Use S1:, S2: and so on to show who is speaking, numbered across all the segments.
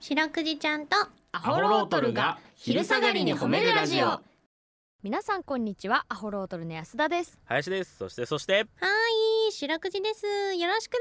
S1: 白くじちゃんと
S2: ア
S3: ホロートルが昼下がりに褒めるラジオ
S2: 皆さんこんにちはアホロートルの安田です
S4: 林ですそしてそして
S1: はーい白くじですよろしくで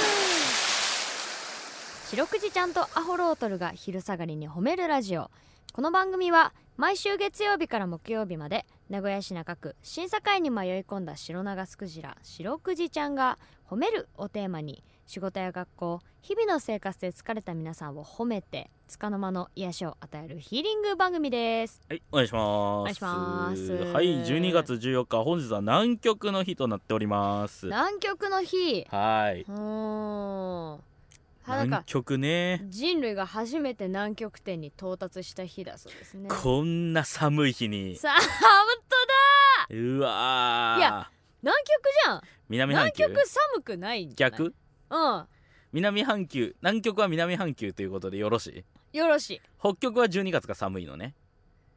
S1: す
S2: 白くじちゃんとアホロートルが昼下がりに褒めるラジオこの番組は毎週月曜日から木曜日まで名古屋市中区審査会に迷い込んだ白長スクジラ白くじちゃんが「褒める」をテーマに仕事や学校日々の生活で疲れた皆さんを褒めて束の間の癒しを与えるヒーリング番組です
S4: はいお願いしますお
S2: 願いします
S4: はい12月14日本日は南極の日となっておりますは
S2: 南極の日
S4: ーいう
S2: ーんなん
S4: 南
S2: か
S4: 極ね
S2: 人類が初めて南極点に到達した日だそうですね
S4: こんな寒い日に
S2: さあ 本当だ
S4: うわー
S2: いや南極じゃん
S4: 南半
S2: 南
S4: 球
S2: 極寒くないんじゃない
S4: 逆
S2: うん
S4: 南半球南極は南半球ということでよろしい
S2: よろしい
S4: 北極は12月が寒いのね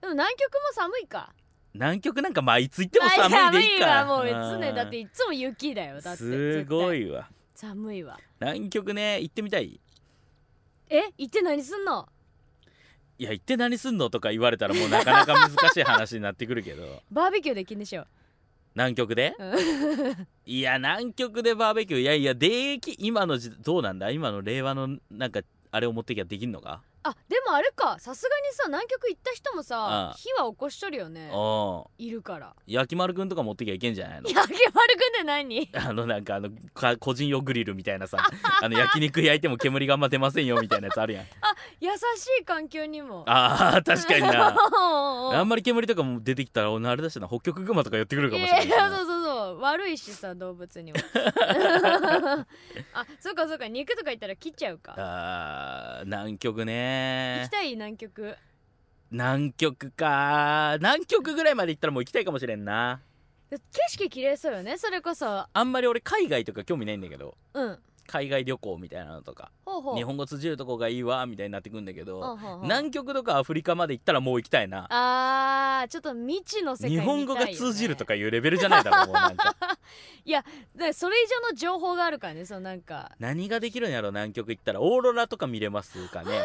S2: でも南極も寒いか
S4: 南極なんかまあいつ行っても寒いでいい
S2: ま
S4: か
S2: あ寒いわも
S4: う
S2: うん常だっていつも雪だよだって
S4: すご
S2: 絶
S4: いわ
S2: 対寒いわ
S4: 南極ね行ってみたい
S2: え行って何すんの
S4: いや行って何すんのとか言われたらもうなかなか難しい話になってくるけ ど
S2: バーベキューできんでしょ
S4: 南極で
S2: うん
S4: いや南極でバーベキューいやいやでき今の時どうなんだ今の令和のなんかあれを持ってきゃできんのか
S2: あでもあれかさすがにさ南極行った人も
S4: あ
S2: さ
S4: あ
S2: 火は起こしとるよね
S4: おうん
S2: いるから
S4: 焼き丸くんとか持ってきゃいけんじゃないの
S2: 焼き丸くんって 何
S4: あのなんかあのか個人用グリルみた いなさあの焼肉焼いても煙があんま出ませんよみたいなやつあ るやん
S2: 優しい環境にも
S4: あー確かに
S2: おう
S4: な
S2: おうおう
S4: あんまり煙とかも出てきたらおなあれだしな北極熊とか寄ってくるかもしれな
S2: い
S4: いし
S2: やいや
S4: な
S2: そうそうそう悪いしさ動物 にもあそうかそうか肉とか言ったら切っちゃうか
S4: あー南極
S2: 行
S4: ね
S2: きたい南極
S4: 南極か南極ぐらいまで行ったらもう行きたいかもしれんな
S2: 景色綺麗そうよねそれこそ
S4: あんまり俺海外とか興味ないんだけど
S2: うん
S4: 海外旅行みたいなのとか
S2: ほうほう
S4: 日本語通じるとこがいいわみたいになってくんだけ
S2: ほう
S4: ど
S2: ほうほう
S4: 南極とかアフリカまで行ったらもう行きたいな
S2: あーちょっと未知の世界
S4: 日本語が
S2: 見たいよね
S4: 通じるとかいうレベルじゃないだろもうなんか
S2: だからそれ以上の情報があるからねそのなんか
S4: 何ができるんやろ南極行ったらオーロラとか見れますかね
S2: う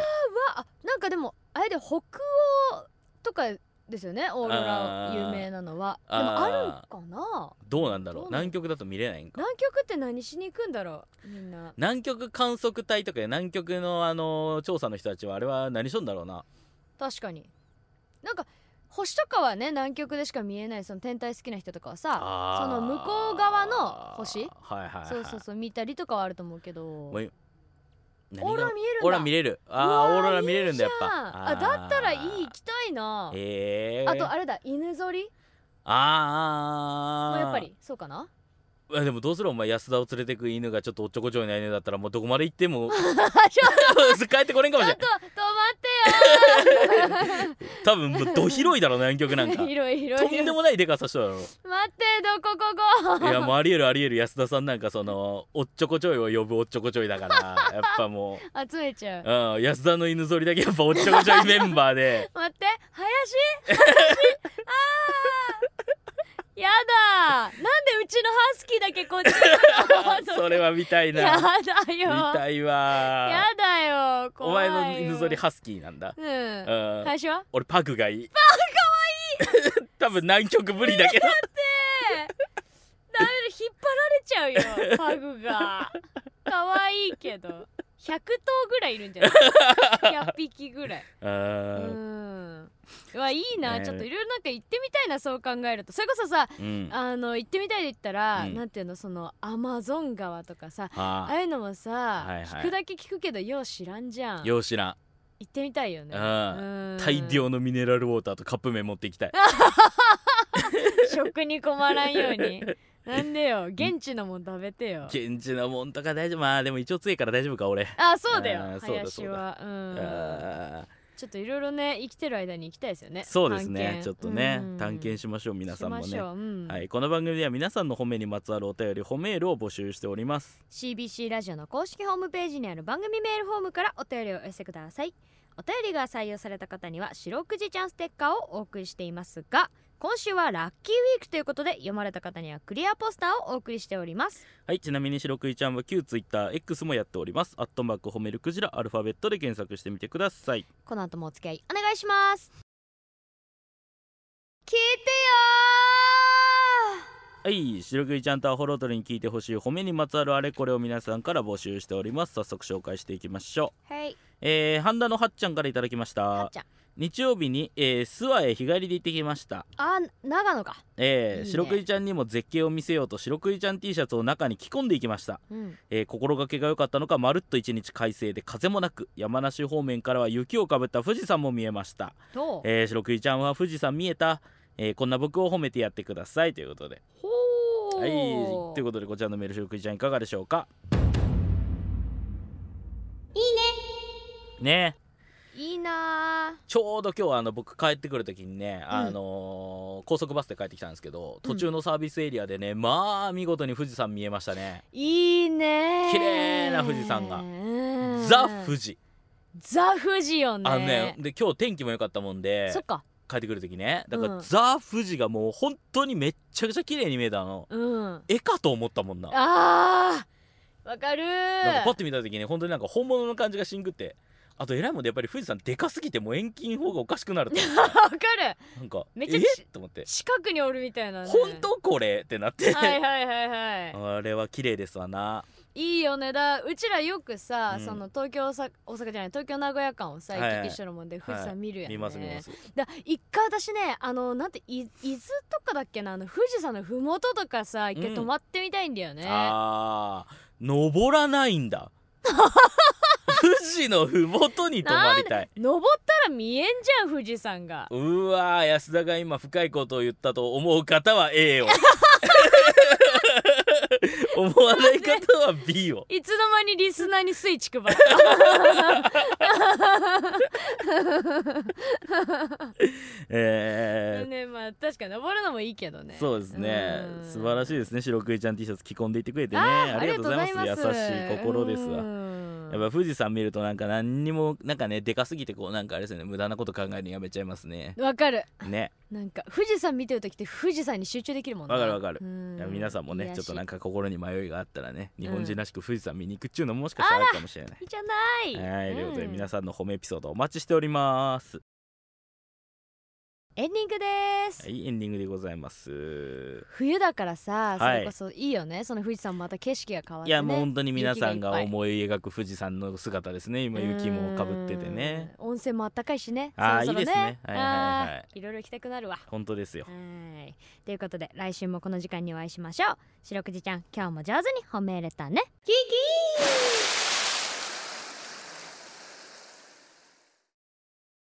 S2: わあなんかでもあれで北欧とかですよねオーロラ
S4: あー
S2: 有名なのはで
S4: あー
S2: もあるかな
S4: どうなんだろう
S2: どうなん
S4: 南極だと見れないんか
S2: 南極って何しに行くんだろうみんな
S4: 南極観測隊とか南極のあの調査の人たちはあれは何しとんだろうな
S2: 確かになんか星とかはね南極でしか見えないその天体好きな人とかはさ
S4: あ
S2: そ
S4: ー
S2: の向こう側の星
S4: はいはい、はい、
S2: そうそうそう見たりとかはあると思うけどオ
S4: も
S2: ー
S4: う何が
S2: ロラ見えるんだ
S4: オーロラ見
S2: る
S4: れる
S2: う
S4: あ
S2: わ
S4: ー
S2: ー
S4: オーロラ見れるんだやっぱ
S2: あだったらいい行きたいな、
S4: ええー、
S2: あとあれだ犬ぞり
S4: あ
S2: も
S4: あ
S2: やっぱりそうかな
S4: でもどうするお前安田を連れてく犬がちょっとおっちょこちょいな犬だったらもうどこまで行っ ても帰ってこれんか
S2: ち
S4: も
S2: ょ
S4: し
S2: っ
S4: れ
S2: と
S4: ん
S2: 止まってよ
S4: 多分もうど広いだろうな南極なんか
S2: 広 い広い
S4: とんでもないでかさしただろ
S2: 待ってどここ
S4: い
S2: こ
S4: やもうありえるありえる安田さんなんかそのおっちょこちょいを呼ぶおっちょこちょいだから やっぱも
S2: 集めちゃう
S4: う、うん、安田の犬ぞりだけやっぱおっちょこちょいメンバーで
S2: 待って 林林あーやだなんでうちのハスキーだけこっちに来 たの
S4: それは見たい
S2: や
S4: な
S2: だ
S4: 見
S2: よ
S4: たいわ
S2: やだよ
S4: お
S2: 怖い
S4: 前
S2: よ
S4: の犬ぞりハスキーなんだ、
S2: うん
S4: うん
S2: 最初は
S4: 俺パグがいいパグかわいい 多分南極ぶりだけど
S2: ダメだ引っ張られちゃう よパグが可愛いけど100頭ぐらいいるんじゃない ?100 匹ぐらいうんうわいいな、
S4: ね
S2: ちょっといろいろなんか行ってみたいなそう考えるとそれこそさ
S4: うん
S2: あの行ってみたいで言ったら、
S4: うん
S2: なんていうのそのアマゾン川とかさあ
S4: は
S2: あいうのもさ、
S4: はいはい
S2: 聞くだけ聞くけどよう知らんじゃん
S4: あよう知らん
S2: 行ってみたいよね
S4: う
S2: う
S4: ん
S2: ん
S4: 大量のミネラルウォーターとカップ麺持っていきたい
S2: 食に困らんよう になんでよ現地のもん食べてよ
S4: 現地のもんとか大丈夫まあでも一応強いから大丈夫か俺
S2: あそうだ
S4: あ
S2: よ
S4: ーそうだ
S2: 林はう
S4: あー
S2: んちょっといろいろね生きてる間に行きたいですよね
S4: そうですね
S2: 探検
S4: ちょっとね
S2: うん
S4: 探検しましょう皆さんも
S2: しま
S4: ね
S2: しょう、うん
S4: はいこの番組では皆さんの褒めにまつわるお便り褒めールを募集しております
S2: CBC ラジオの公式ホームページにある番組メールフォームからお便りをお寄せくださいお便りが採用された方には白くじちゃんステッカーをお送りしていますが今週はラッキーウィークということで読まれた方にはクリアポスターをお送りしております
S4: はいちなみに白クイちゃんは旧 TwitterX もやっておりますアットマーク褒めるクジラアルファベットで検索してみてください
S2: この後もお付き合いお願いします聞いてよ
S4: はい白クイちゃんとアホロートルに聞いてほしい褒めにまつわるあれこれを皆さんから募集しております早速紹介していきましょう
S2: ーはい
S4: えー、半田のはっちゃんからいただきまし
S2: はったちゃん
S4: 日曜日に、えー、諏訪へ日帰りで行ってきました
S2: あ長野か
S4: え
S2: い
S4: ー
S2: いね
S4: 白クイちゃんにも絶景を見せようと白クイちゃん T シャツを中に着込んでいきました、
S2: うん
S4: えー心がけが良かったのかまるっと一日快晴で風もなく山梨方面からは雪をかぶった富士山も見えました、
S2: どう
S4: えー、白クイちゃんは富士山見えた、えーこんな僕を褒めてやってくださいということで
S2: ほ
S4: はい
S2: ー
S4: ということでこちらのメール白クイちゃんいかがでしょうかいいねね
S2: いいな
S4: ちょうど今日はあの僕帰ってくる時にね、あのー高速バスで帰ってきたんですけど途中のサービスエリアでね、まあ見事に富士山見えましたね、
S2: ーいいねー
S4: 綺麗な富士山が
S2: うん
S4: ザ・富士、
S2: ザ富士よね
S4: あのねで今日天気も良かったもんで
S2: そっか
S4: 帰ってくる時ねだから、
S2: うん
S4: ザ・富士がもう本当にめっちゃくちゃ綺麗に見えたの
S2: うん
S4: 絵かと思ったもんな
S2: あーわかる
S4: なんか
S2: ー
S4: パッて見た時に本当になんか本物の感じがしんくってあと偉いもんでやっぱり富士山でかすぎてもう遠近法がおかしくなると思って
S2: わかる
S4: なんか
S2: めちゃくちゃ
S4: えっと思って
S2: 近くにおるみたいな、ね、
S4: 本当これってなって、
S2: はいはいはいは
S4: あれは綺麗ですわない
S2: いいよねだうちらよくさ、
S4: うん
S2: その東京さ大阪じゃない東京名古屋間をさ
S4: はいはい
S2: 行き来してるもんで、富士
S4: はい
S2: 山見るやん、ね
S4: 見ます見ます
S2: だ一回私ねあのなんてい伊豆とかだっけなあの富士山のふもととかさ一
S4: う
S2: 回
S4: ん
S2: 泊まってみたいんだよね、
S4: あー登らない んだ富士のふもとに泊まりたい
S2: 登ったら見えんじゃん富士山が
S4: うわー安田が今深いことを言ったと思う方は A を 思わない方は B を
S2: いつの間にリスナーにスイッチ配った
S4: え
S2: ねまあ確かに登るのもいいけどね
S4: ーそうですね
S2: ん
S4: 素晴らしいですね白クイちゃん T シャツ着込んでいってくれてね
S2: あー
S4: ありがとうございます
S2: ありがとうございます
S4: 優しい心です
S2: う
S4: わ
S2: ん
S4: やっぱ富士山見るとなんか何にもなんかねでかすぎてこうなんかあれですよね無駄なこと考えるのやめちゃいますね
S2: わかる
S4: ね
S2: なんか富士山見てる時って富士山に集中できるもんね
S4: わかるわかるいや
S2: る
S4: 皆さんもねちょっとなん
S2: か
S4: か心に迷いがあったらね
S2: ん
S4: 日本人らしく富士山見に行くっちゅうのももしかしたらあるかもしれない
S2: いいじゃない
S4: はい、ということで
S2: うん
S4: 皆さんの褒めエピソードお待ちしております。
S2: エンディングです、
S4: はい、エンディングでございます。
S2: 冬だからさ、
S4: はい
S2: それこそいいよねその富士山また景色が変わって、ね、
S4: いやもう本当に皆さん
S2: 雪が
S4: が
S2: いっぱ
S4: 思い描く富士山の姿ですね。今雪もかぶっててね。
S2: うん温泉もあったかいしね
S4: あー
S2: そろそろ
S4: いいですねはいはいはい
S2: あーいろいろ行きたくなるわ
S4: 本当ですよ。
S2: はいということで来週もこの時間にお会いしましょう白くじちゃん今日も上手に褒め入れたねキキー